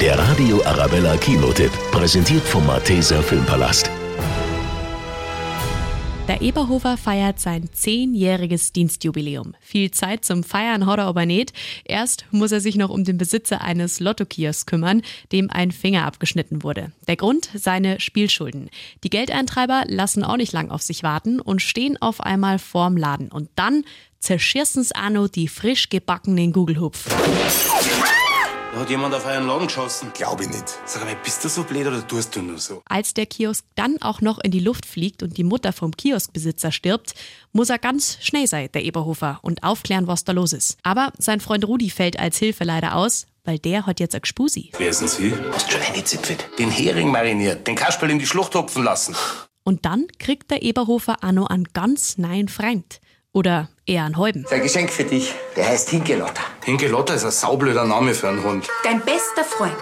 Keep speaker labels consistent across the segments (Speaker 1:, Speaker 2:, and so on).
Speaker 1: Der Radio Arabella Kinotipp, präsentiert vom Malteser Filmpalast.
Speaker 2: Der Eberhofer feiert sein zehnjähriges Dienstjubiläum. Viel Zeit zum Feiern hat er aber nicht. Erst muss er sich noch um den Besitzer eines Lottokiosks kümmern, dem ein Finger abgeschnitten wurde. Der Grund? Seine Spielschulden. Die Geldeintreiber lassen auch nicht lang auf sich warten und stehen auf einmal vorm Laden. Und dann zerschirsen's Anno die frisch gebackenen Gugelhupf.
Speaker 3: Da hat jemand auf einen Laden geschossen.
Speaker 4: Glaube ich nicht.
Speaker 3: Sag mal, bist du so blöd oder tust du nur so?
Speaker 2: Als der Kiosk dann auch noch in die Luft fliegt und die Mutter vom Kioskbesitzer stirbt, muss er ganz schnell sein, der Eberhofer, und aufklären, was da los ist. Aber sein Freund Rudi fällt als Hilfe leider aus, weil der hat jetzt ein Gspusi.
Speaker 3: Wer sind Sie?
Speaker 4: Hast du schon eingezipfelt?
Speaker 3: Den Hering mariniert, den Kasperl in die Schlucht hopfen lassen.
Speaker 2: Und dann kriegt der Eberhofer Anno an ganz neuen Freund. Oder eher an Häuben.
Speaker 4: Ein Geschenk für dich. Der heißt Hinkelotter.
Speaker 3: Hinkelotter ist ein saublöder Name für einen Hund.
Speaker 5: Dein bester Freund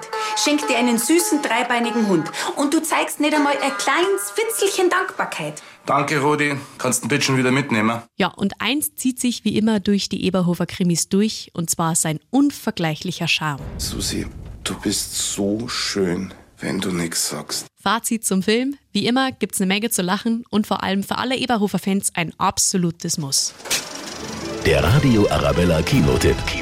Speaker 5: schenkt dir einen süßen dreibeinigen Hund und du zeigst nicht einmal ein kleines Witzelchen Dankbarkeit.
Speaker 3: Danke, Rudi. Kannst den Bitschen wieder mitnehmen.
Speaker 2: Ja, und eins zieht sich wie immer durch die Eberhofer Krimis durch, und zwar sein unvergleichlicher Charme.
Speaker 4: Susi, du bist so schön, wenn du nix sagst.
Speaker 2: Fazit zum Film. Wie immer gibt's eine Menge zu lachen und vor allem für alle Eberhofer-Fans ein absolutes Muss.
Speaker 1: Der Radio Arabella Kinotipp.